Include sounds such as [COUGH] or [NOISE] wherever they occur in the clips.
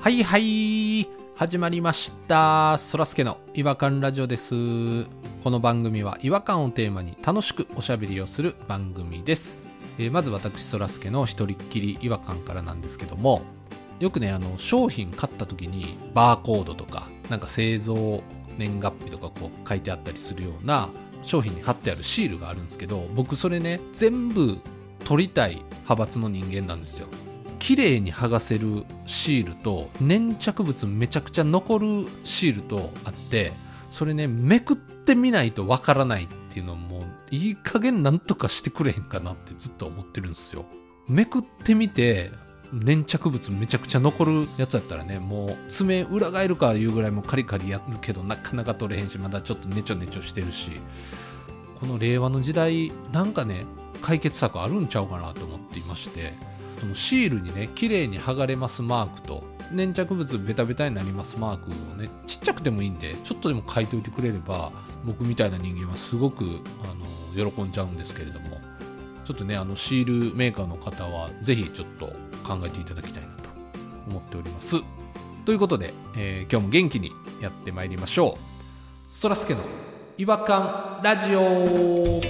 はいはい始まりましたそらすけの違和感ラジオですこの番組は違和感をテーマに楽しくおしゃべりをする番組です、えーまず私そらすけの一人っきり違和感からなんですけどもよくねあの商品買った時にバーコードとかなんか製造年月日とかこう書いてあったりするような商品に貼ってあるシールがあるんですけど僕それね全部取りたい派閥の人間なんですよ綺麗に剥がせるシールと粘着物めちゃくちゃ残るシールとあってそれねめくってみないとわからないっていうのもういい加減なんとかしてくれへんかなってずっと思ってるんですよめくってみて粘着物めちゃくちゃ残るやつやったらねもう爪裏返るかいうぐらいもうカリカリやるけどなかなか取れへんしまだちょっとネチョネチョしてるしこの令和の時代なんかね解決策あるんちゃうかなと思っていましてそのシールにね綺麗に剥がれますマークと粘着物ベタベタになりますマークをねちっちゃくてもいいんでちょっとでも書いておいてくれれば僕みたいな人間はすごくあの喜んじゃうんですけれどもちょっとねあのシールメーカーの方はぜひちょっと考えていただきたいなと思っておりますということで、えー今日も元気にやってまいりましょうそらすけの違和感ラジオ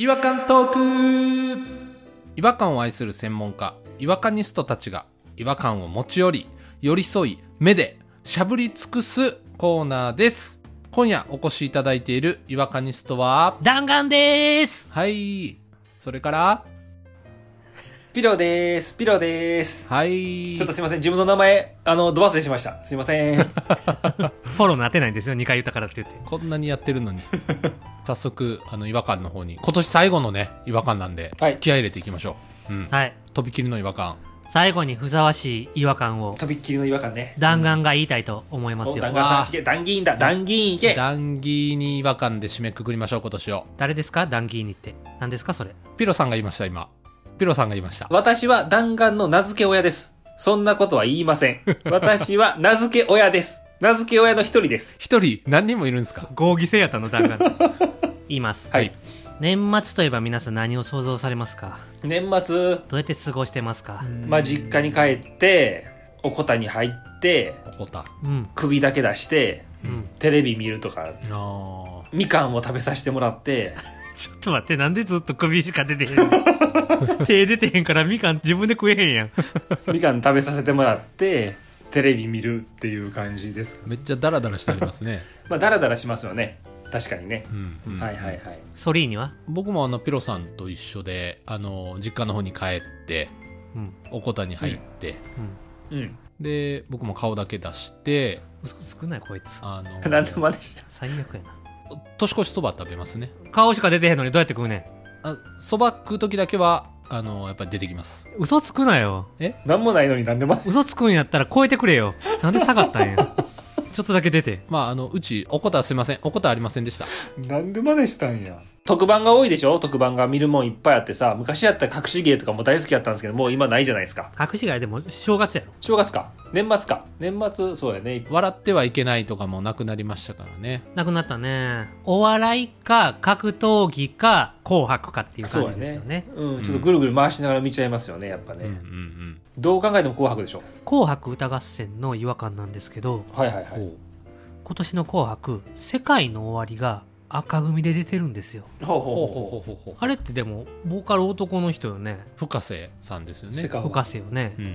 違和感トーク違和感を愛する専門家違和感ニストたちが違和感を持ち寄り寄り添い目でしゃぶり尽くすコーナーです今夜お越しいただいている違和感ニストは弾丸でーすはいそれからピロです。ピロです。はいちょっとすいません。自分の名前、あの、ド忘れしました。すいません。[LAUGHS] フォローなってないんですよ2回言ったからって言ってこんなにやってるのに早速あの違和感の方に今年最後のね違和感なんで、はい気合い入れていきましょう、うん、はいとびきりの違和感最後にふさわしい違和感をとびっきりの違和感ね。弾丸が言いたいと思いますお、よダン丸ガーさん、いけ、ダン議員だ。ダン議員いけ。談義に違和感で締めくくりましょう今年を誰ですかダンギーニって何ですかそれピロさんが言いました今ピロさんが言いました私は弾丸の名付け親です。そんなことは言いません。私は名付け親です。名付け親の一人です。一人何人もいるんですか合議制やったの弾丸言います、はい。年末といえば皆さん何を想像されますか年末、どうやって過ごしてますかまあ、実家に帰って、おこたに入って、おこたうん首だけ出して、うんテレビ見るとか、あみかんを食べさせてもらって、ちょっと待ってなんでずっと首しか出てへんの [LAUGHS] 手出てへんからみかん自分で食えへんやんみかん食べさせてもらって、テレビ見るっていう感じですーめっちゃダラダラしてありますね、まあ、だらだらしますよね。確かにね。うんうんはいはいはい。ソリーには僕もあのピロさんと一緒であの実家の方に帰ってうんおこたに入って、うん。で僕も顔だけ出して嘘つくないこいつあ [LAUGHS] の何の真似した最悪やな年越しそば食べますね顔しか出てへんのにどうやって食うねんあそば食う時だけはあのやっぱり出てきます嘘つくなよ何もないのに何でも真嘘つくんやったら超えてくれよなんで下がったんやちょっとだけ出てまああのうちおこたはすいませんおこたありませんでした似、何で真似したんや。特番が多いでしょ特番が見るもんいっぱいあってさ、昔やったら隠し芸とかも大好きやったんですけど、もう今ないじゃないですか。隠しがいでも正月やろ正月か年末か年末、そうやね。笑ってはいけないとかもなくなりましたからねなくなったねお笑いか格闘技か紅白かっていうそう感やじですよねね。うん、ちょっとぐるぐる回しながら見ちゃいますよね、やっぱね。うんうんどう考えても紅白でしょ。紅白歌合戦の違和感なんですけどはいはいはうんい。今年の紅白世界の終わりが赤組で出てるんですよほほうほううほうほうほうほうほうあれってでもボーカル男の人よね深瀬さんですよね世界浮かせよねうんうんう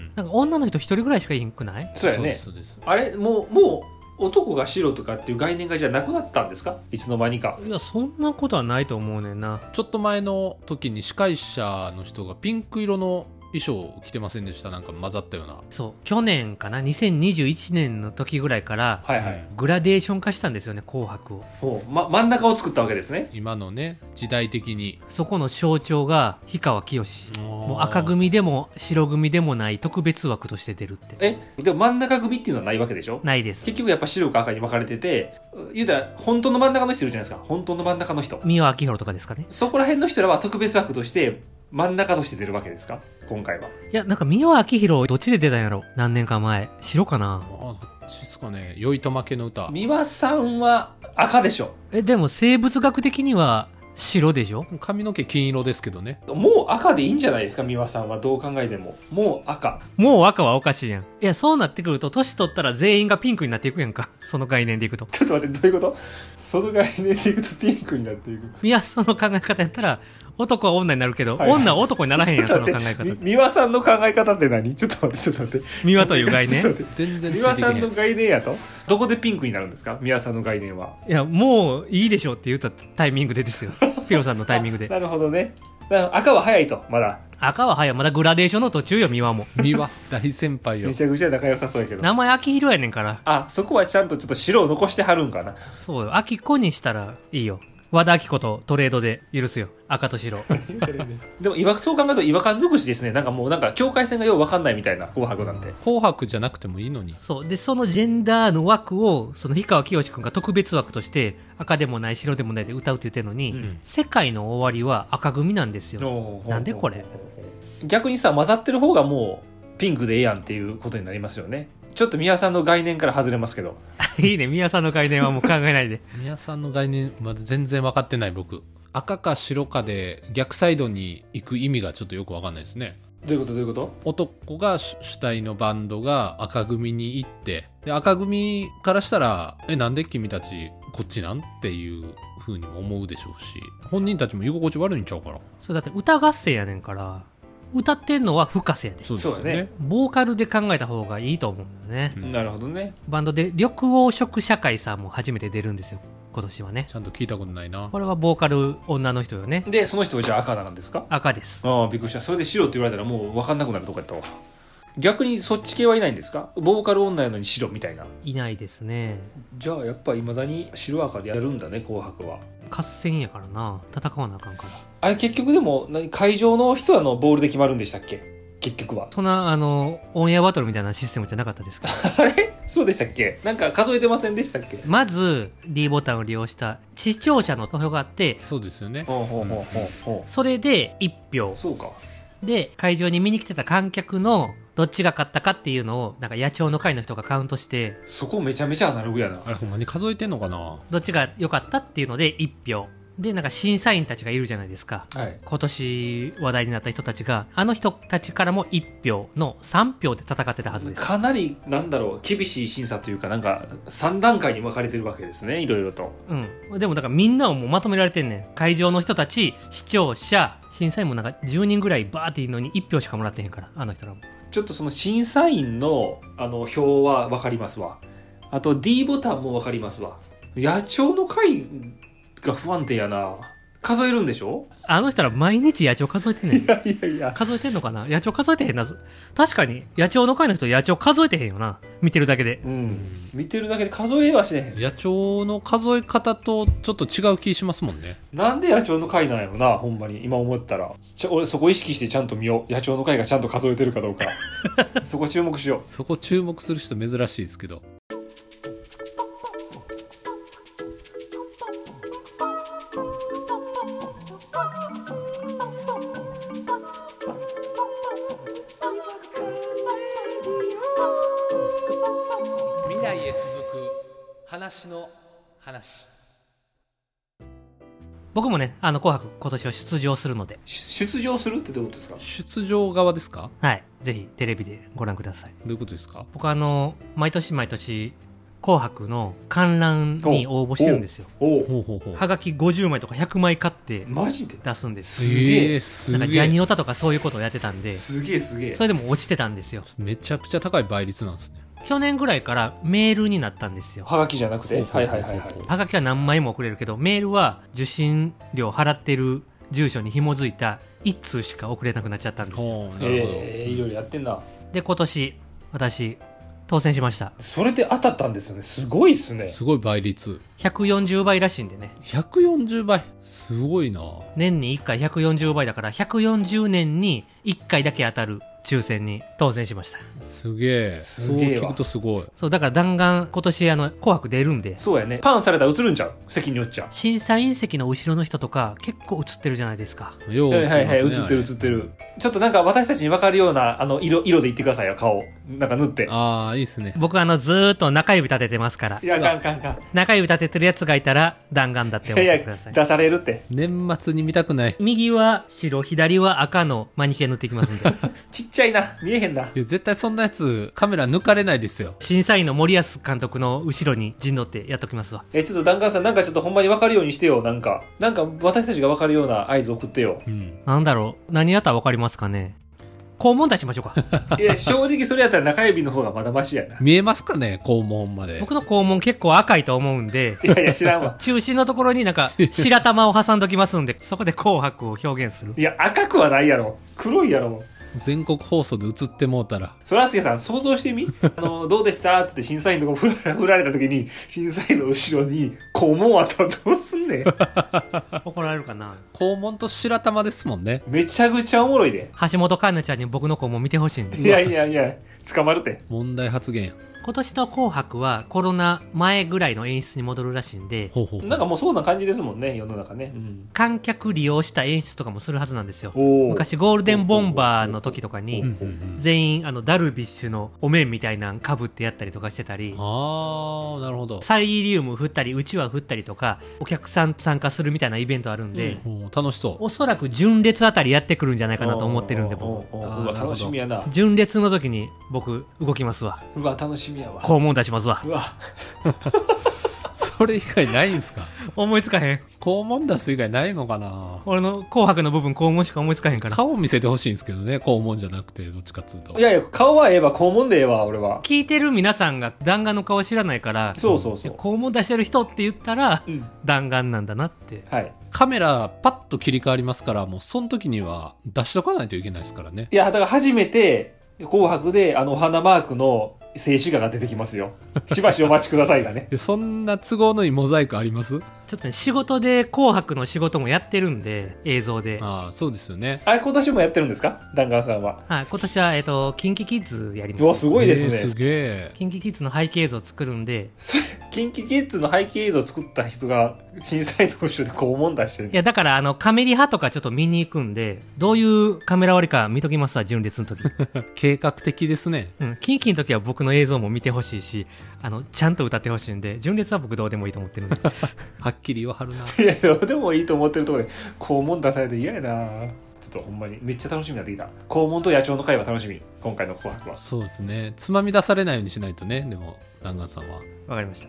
んなんか女の人一人ぐらいしかいんくないそうやね。そうですそうであれもう、もう、男が白とかっていう概念がじゃあなくなったんですかいつの間にか。いやそんなことはないと思うねんなすちょっと前の時に司会者の人がピンク色の衣装を着てませんでしたなんか混ざったようなそう去年かな2021年の時ぐらいからはいはい。グラデーション化したんですよね紅白をほう、ま、真ん中を作ったわけですね。今のね時代的にそこの象徴が氷川きよしもう赤組でも白組でもない特別枠として出るってえでも真ん中組っていうのはないわけでしょないです結局やっぱ白か赤に分かれててう言うたら本当の真ん中の人いるじゃないですか本当の真ん中の人三輪明宏とかですかねそこら辺の人らは特別枠として真ん中として出るわけですか今回はいやなんか三輪明宏どっちで出たんやろ何年か前白かなあどっちですかね酔いと負けの歌美輪さんは赤でしょえでも生物学的には白でしょ髪の毛金色ですけどねもう赤でいいんじゃないですか美輪さんはどう考えてももう赤 [LAUGHS] もう赤はおかしいやん。いや、そうなってくると、年取ったら全員がピンクになっていくやんか。その概念でいくと。ちょっと待ってどういうことその概念でいくとピンクになっていくいや、その考え方やったら、男は女になるけど、はいはい女は男にならへんやん、ちょそっのと考待えって方。み美輪さんの考え方って何ちょっと待ってちょっと待って美輪という概ちょっ念。と待って全然つ美い輪ていけさへんんの概念やとどこでピンクになるんですか美輪さんの概念はいや、もういいでしょうって言ったタイミングで [LAUGHS] ですよ。ピロさんのタイミングで。なるほどねだから赤は早いとまだ赤は早い。まだグラデーションの途中よ、美輪も。美輪大先輩よめちゃくちゃ仲良さそうやけど名前秋広やねんから。あそこはちゃんとちょっと白を残してはるんかなそうよ。秋子にしたらいいよ。和田秋子とトレードで許すよ。赤と [LAUGHS] 白。でも違和そう考えると違和感尽くしですねなんかもうなんか境界線がよう分かんないみたいな紅白なんて紅白じゃなくてもいいのにそう。で、そのジェンダーの枠を、その氷川きよし君が特別枠として、赤でもない白でもないで歌うって言ってるのに、うん世界の終わりは赤組なんですよ。なんでこれ逆にさ混ざってる方がもうピンクでええやんっていうことになりますよねちょっと宮さんの概念から外れますけど [LAUGHS] いいね。宮さんの概念はもう考 [LAUGHS] えないで。宮さんの概念まだ全然分かってない僕赤か白かで逆サイドに行く意味がちょっとよく分かんないですねどういうことどういうこと男が主主体のバンドが赤組に行ってで赤組からしたら「えなんで君たちこっちなん?」っていう風にも思うでしょうし本人たちも居心地悪いんちゃうからそう、だって歌合戦やねんから、歌ってんのは深瀬やで。そうですよそうだねねボーカルで考えた方がいいと思うんだよね。うんなるほどねバンドで、緑黄色社会さんも初めて出るんですよ。今年はね。ちゃんと聞いたことないなこれはボーカル女の人よね。でその人はじゃあ赤なんですか赤です。ああびっくりしたそれで白って言われたらもう分かんなくなるとこやったわ逆にそっち系はいないんですかボーカル女やのに白みたいないないですね。じゃあやっぱいまだに白赤でやるんだね紅白は合戦やからな。戦わなあかんから。あれ結局でも何会場の人はのボールで決まるんでしたっけ結局は [LAUGHS] そんな、あの、オンエアバトルみたいなシステムじゃなかったですか [LAUGHS] あれそうでしたっけなんか数えてませんでしたっけまず、D ボタンを利用した視聴者の投票があって、そうですよねほうほうほうほうほそれで1票う。そうかで、会場に見に来てた観客のどっちが勝ったかっていうのを、なんか野鳥の会の人がカウントして、そこめちゃめちゃアナログやなあれほんまに数えてんのかなどっちが良かったっていうので1票。で、なんか審査員たちがいるじゃないですか。はい今年話題になった人たちが、あの人たちからも1票の3票で戦ってたはずです。かなりなんだろう厳しい審査というかなんか3段階に分かれてるわけですねいろいろとうん。でもだからみんなをもうまとめられてんねん。会場の人たち、視聴者、審査員もなんか10人ぐらいバーっているのに1票しかもらってへんから、あの人らも。ちょっとその審査員のあの表は分かりますわあと D ボタンも分かりますわ野鳥の会が不安定やな数えるんでしょあの人ら毎日野鳥数えて [LAUGHS] んねん。やいやいや数えてんのかな野鳥数えてへんな。確かに、野鳥の会の人野鳥数えてへんよな。見てるだけで。うん見てるだけで数えはしねへん野鳥の数え方とちょっと違う気しますもんねなんで野鳥の会なんやろなほんまに今思ったらちょ俺そこ意識してちゃんと見よう野鳥の会がちゃんと数えてるかど [LAUGHS] うかそこ注目しよそこ注目する人珍しいですけど未来へ続く話の話僕もね、あの、紅白今年は出場するのでう、し出場するってどういうことですか出場側ですかはい。ぜひテレビでご覧ください。どういうことですか僕あの、毎年毎年、紅白の観覧に応募してるんですよ。おうほうほうほうはがき50枚とか100枚買ってマジで出すんです。すげえすなんかジげャえニオタとかそういうことをやってたんで、そすげえすげえれでも落ちてたんですよ。めちゃくちゃ高い倍率なんですね去年ぐらいからメールになったんですよ。はがきじゃなくてほうほはういほはうほういはいはいはがきは何枚も送れるけど、メールは受信料払ってる住所に紐づいた1通しか送れなくなっちゃったんですよ。ほうなるほど、ええいろいろやってんなで、今年、私、当選しました。それで当たったんですよねすごいっすねすごい倍率140倍らしいんでね。 140倍すごいな年に1回140倍だから140年に1回だけ当たる抽選に当選しましたすげえすげえわそう聞くとすごいそうだから弾丸今年あの「紅白」出るんでそうやねパンされたら映るんちゃう席によっちゃ審査員席の後ろの人とか結構映ってるじゃないですかようはいはいは映いります映ってるね映ってるちちょっとなんか私たちに分かるような、あの、色、色で言ってくださいよ、顔。なんか塗って。ああいいですね僕あの、ずーっと中指立ててますからい。や、あかんあかんあかん。中指立ててるやつがいたら、弾丸だって思いっやてください。出されるって。年末に見たくない右は白、左は赤のマニキュア塗っていきますんで。ちっちゃいな。見えへんな。いや絶対そんなやつカメラ抜かれないですよ審査員の森保監督の後ろに陣取ってやっときますわ。え、ちょっとダンカンさん、なんかちょっとほんまに分かるようにしてよ、なんか。なんか私たちが分かるような合図送ってよ。うんなんだろう何やったらわかりますかね肛問題しましょうか。い [LAUGHS] や、正直それやったら中指の方がまだマシやな。見えますかね肛門まで僕の肛門結構赤いと思うんで、いやいや、知らんわ。中心のところになんか白玉を挟んどきますんで、そこで紅白を表現する。いや、赤くはないやろ。黒いやろ。全国放送で映ってもうたらそらすけさん、想像してみあの、どうでしたって言って審査員のとこ振ら振られた時に、審査員の後ろに、肛門あったらどうすんねん。怒られるかな肛門と白玉ですもんねめちゃくちゃおもろいで。橋本環奈ちゃんに僕の肛門見てほしいんで。いやいやいや、捕まるって。問題発言や今年の紅白はコロナ前ぐらいの演出に戻るらしいんで、ほうほうなんかもうそうな感じですもんね、世の中ね。うん。観客利用した演出とかもするはずなんですよ。おー昔ゴールデンボンバーの時とうかんうに、んうん全員あのダルビッシュのお面みたいなん被ってやったりとかしてたり、ああなるほどサイリウム振ったり、うちわ振ったりとか、お客さん参加するみたいなイベントあるんで、うんおー楽しそうおそらく純烈あたりやってくるんじゃないかなと思ってるんで、おー僕。おーおーあーうわ、楽しみやな。純烈の時に僕動きますわ。うわ、楽しみやわ。肛門出しますわう。わ、それ以外ないんすか [LAUGHS] [LAUGHS] 思いつかへん。肛門出す以外ないのかな俺の紅白の部分肛門しか思いつかへんから。顔見せてほしいんですけどね肛門じゃなくてどっちかっつうといやいや、顔はええわ、肛門でええわ、俺は。聞いてる皆さんが弾丸の顔知らないから、そうそうそう。肛門出してる人って言ったらう、ん。弾丸なんだなって。はい。カメラパッと切り替わりますからもうその時には出しとかないといけないですからねいや、だから初めて、紅白で、あの、お花マークの静止画が出てきますよ。しばしお待ちくださいがね。えそんな都合のいいモザイクありますちょっとね、仕事で紅白の仕事もやってるんで、映像で。ああそうですよねあれ、今年もやってるんですかダンガンさんは。はい、今年は、えっと、キンキキッズやりうわ、ますす。ごいですえーねす。げえキンキキッズの背景像作るんで、キンキキッズの背景映像を作った人が、審査員の後ろで肛門出してるい。や、だから、あの、カメリ派とかちょっと見に行くんで、どういうカメラ割りか見ときますわ、純烈の時。計画的ですねうん。キンキの時は僕の映像も見てほしいし、あの、ちゃんと歌ってほしいんで、純烈は僕どうでもいいと思ってるんで。はっきり言わはるないや、どうでもいいと思ってるところで、肛門出されて嫌やなちょっとほんまに、めっちゃ楽しみになってきた。肛門と野鳥の会は楽しみ。今回の紅白は。そうですねつまみ出されないようにしないとねでも弾丸さんはわかりました。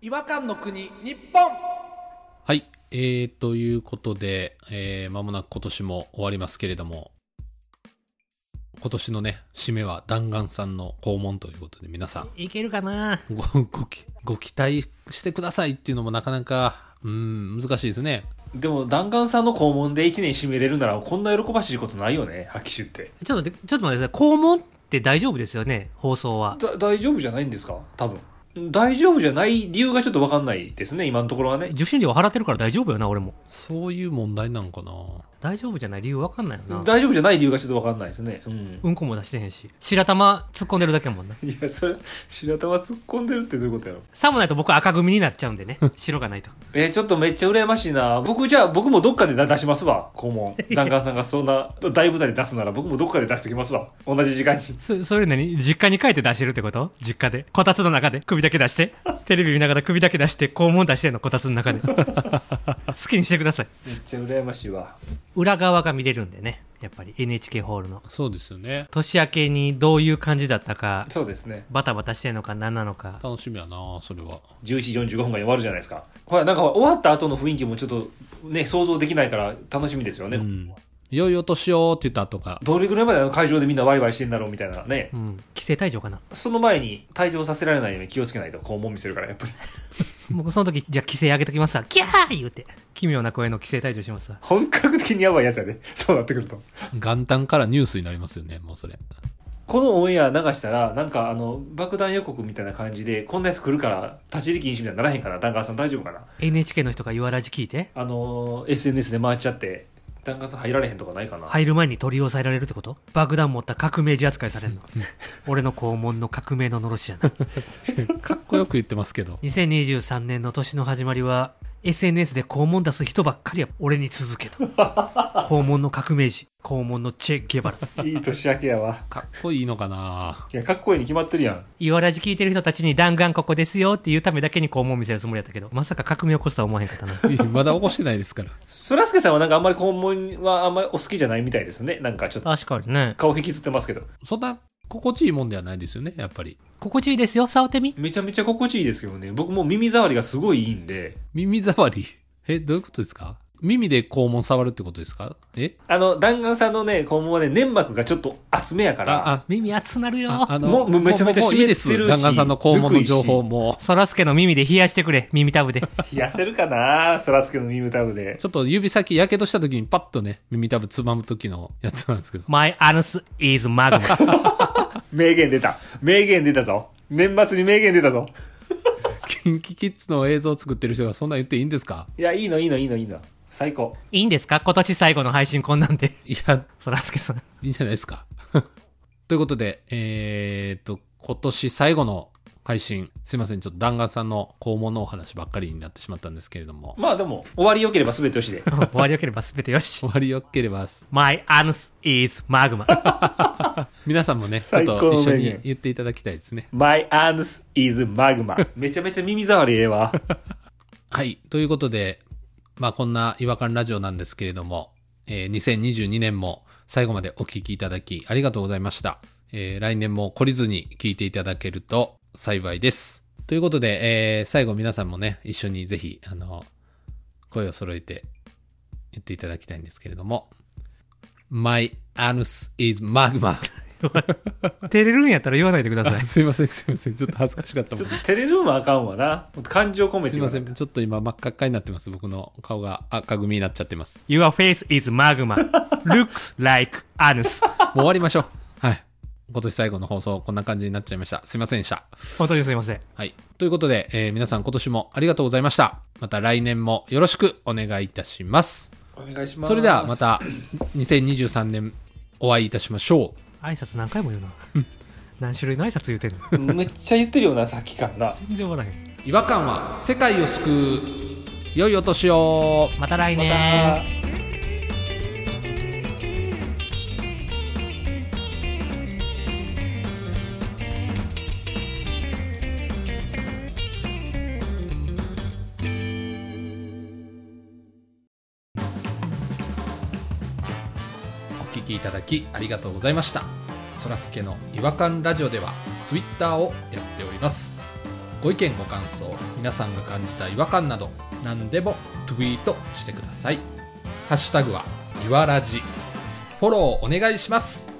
違和感の国日本はいえー、ということでえー、間もなく今年も終わりますけれども今年のね締めは弾丸さんの訪問ということで皆さんいけるかなご [LAUGHS] ごきご期待してくださいっていうのもなかなかうん難しいですねでも、弾丸さんの肛門で1年締めれるなら、こんな喜ばしいことないよね、拍手って。ちょっと待って、ちょっと待ってください。肛門って大丈夫ですよね、放送は。だ大丈夫じゃないんですか多分。大丈夫じゃない理由がちょっとわかんないですね、今のところはね。受信料払ってるから大丈夫よな、俺も。そういう問題なんかな大丈夫じゃない理由わかんないよな。大丈夫じゃない理由がちょっとわかんないですね。うん。うんこも出してへんし。白玉突っ込んでるだけやもんな。いや、それ、白玉突っ込んでるってどういうことやろさもないと僕は赤組になっちゃうんでね。白がないと。えーちょっとめっちゃ羨ましいな。僕じゃあ、僕もどっかで出出しますわ、肛門。ダンカンさんが [LAUGHS] そんな、大舞台で出すなら僕もどっかで出しときますわ。同じ時間に。そ、それ何実家に帰って出してるってこと実家で。こたつの中で首だけ出して。テレビ見ながら首だけ出して、肛門出してんの、こたつの中で。好きにしてください。めっちゃ羨ましいわ。裏側が見れるんでね。やっぱり NHK ホールの。そうですよね年明けにどういう感じだったか、そうですね。バタバタしてんのか何なのか。楽しみやなそれは11時45分が終わるじゃないですか。ほら、なんか終わった後の雰囲気もちょっと、ね、想像できないから楽しみですよね。うん良いお年をって言ったとかどれぐらいまであの会場でみんなワイワイしてんだろうみたいなねう。ん。規制退場かな。その前に退場させられないように気をつけないと肛門見せるから、やっぱり。僕その時、じゃあ規制上げときますわ。キャー言うて。奇妙な声の規制退場しますわ。本格的にやばいやつやで、そうなってくると。元旦からニュースになりますよねもうそれこのオンエア流したらなんかあの爆弾予告みたいな感じでこんなやつ来るから立ち入り禁止みたいにならへんかなダンガーさん大丈夫かな NHK の人が言わらじ聞いてあの SNS で回っちゃってダンガーさん入られへんとかないかな、入る前に取り押さえられるってこと爆弾持った革命児扱いされるの俺の肛門の革命ののろしやなかっこよく言ってますけど2023年の年の始まりは SNS で肛門出す人ばっかりや俺に続けと肛門の革命児肛門のチェ・ゲバラい、い年明けやわかっこいいのかない [LAUGHS] やかっこいいに決まってるやん言わらじ聞いてる人たちに弾丸ここですよっていうためだけに肛門見せるつもりやったけどまさか革命起こすとは思わへんかったなまだ起こしてないですからそらすけさんはなんかあんまり肛門はあんまりお好きじゃないみたいですねなんかちょっと確かにね顔引きずってますけどそんな心地いいもんではないですよねやっぱり心地いいですよ触ってみめちゃめちゃ心地いいですけどね僕もう耳障りがすごいいいんで耳障りえどういうことですか耳で肛門触るってことですかえあの弾丸さんのね肛門はね粘膜がちょっと厚めやからあ耳熱なるあよあもうもうめちゃめちゃもうもういいで湿ってする弾し丸さんの肛門の情報もそらすけの耳で冷やしてくれ耳たぶで冷やせるかなそらすけの耳タブでちょっと指先やけどした時にパッとね耳たぶつまむ時のやつなんですけど [LAUGHS] My anus is magma 名言出た名言出たぞ年末に名言出たぞキンキキッズの映像を作ってる人がそんなん言っていいんですか [LAUGHS] いやいいのいいのいいのいいの最高 [LAUGHS] いいんですか今年最後の配信こんなんで。いやそらすけさん。いいんじゃないですか。 [LAUGHS] ということで、えー、っと、今年最後の配信、すいません、ちょっと弾丸さんの肛門のお話ばっかりになってしまったんですけれども、まあでも終わり良ければ全てよしで終わりよければ全てよし終。わりよければ、 My anus is magma. 皆さんもね、ちょっ最高との一緒名に言言っていただきたいですね。 [LAUGHS] My anus is magma めちゃめちゃ耳障りええ [LAUGHS] わはい、ということで、まあこんな違和感ラジオなんですけれども、えー2022年も最後までお聞きいただきありがとうございました。えー来年も懲りずに聞いていただけると幸いです。ということで、えー最後皆さんもね、一緒にぜひ、あの、声を揃えて言っていただきたいんですけれども、My anus is magma. [LAUGHS] 照れるんやったら言わないでください。すいません、すいません。ちょっと恥ずかしかったもちょんっ。と照れるんはあかんわなもっと感情込めてすい言わまなせいん。ちょっと今真っ赤っかになってます。僕の顔が赤組になっちゃってます。 Your face is magma. Looks like anus. もう終わりましょう。はい。今年最後の放送、こんな感じになっちゃいました。すいませんでした。本当にすいません。はい。ということで、えー皆さん今年もありがとうございました。また来年もよろしくお願いいたします。お願いしますそれではまた2023年お会いいたしましょう。挨拶何回も言うな。何種類の挨拶言うてんのめっちゃ言ってるよなさっきからな全然笑わへん。違和感は世界を救う。良いお年を。また来ま年。たお聞きいただきありがとうございましたそらすけの違和感ラジオではツイッターをやっておりますご意見ご感想皆さんが感じた違和感など何でもツイートしてくださいハッシュタグはいわらじフォローお願いします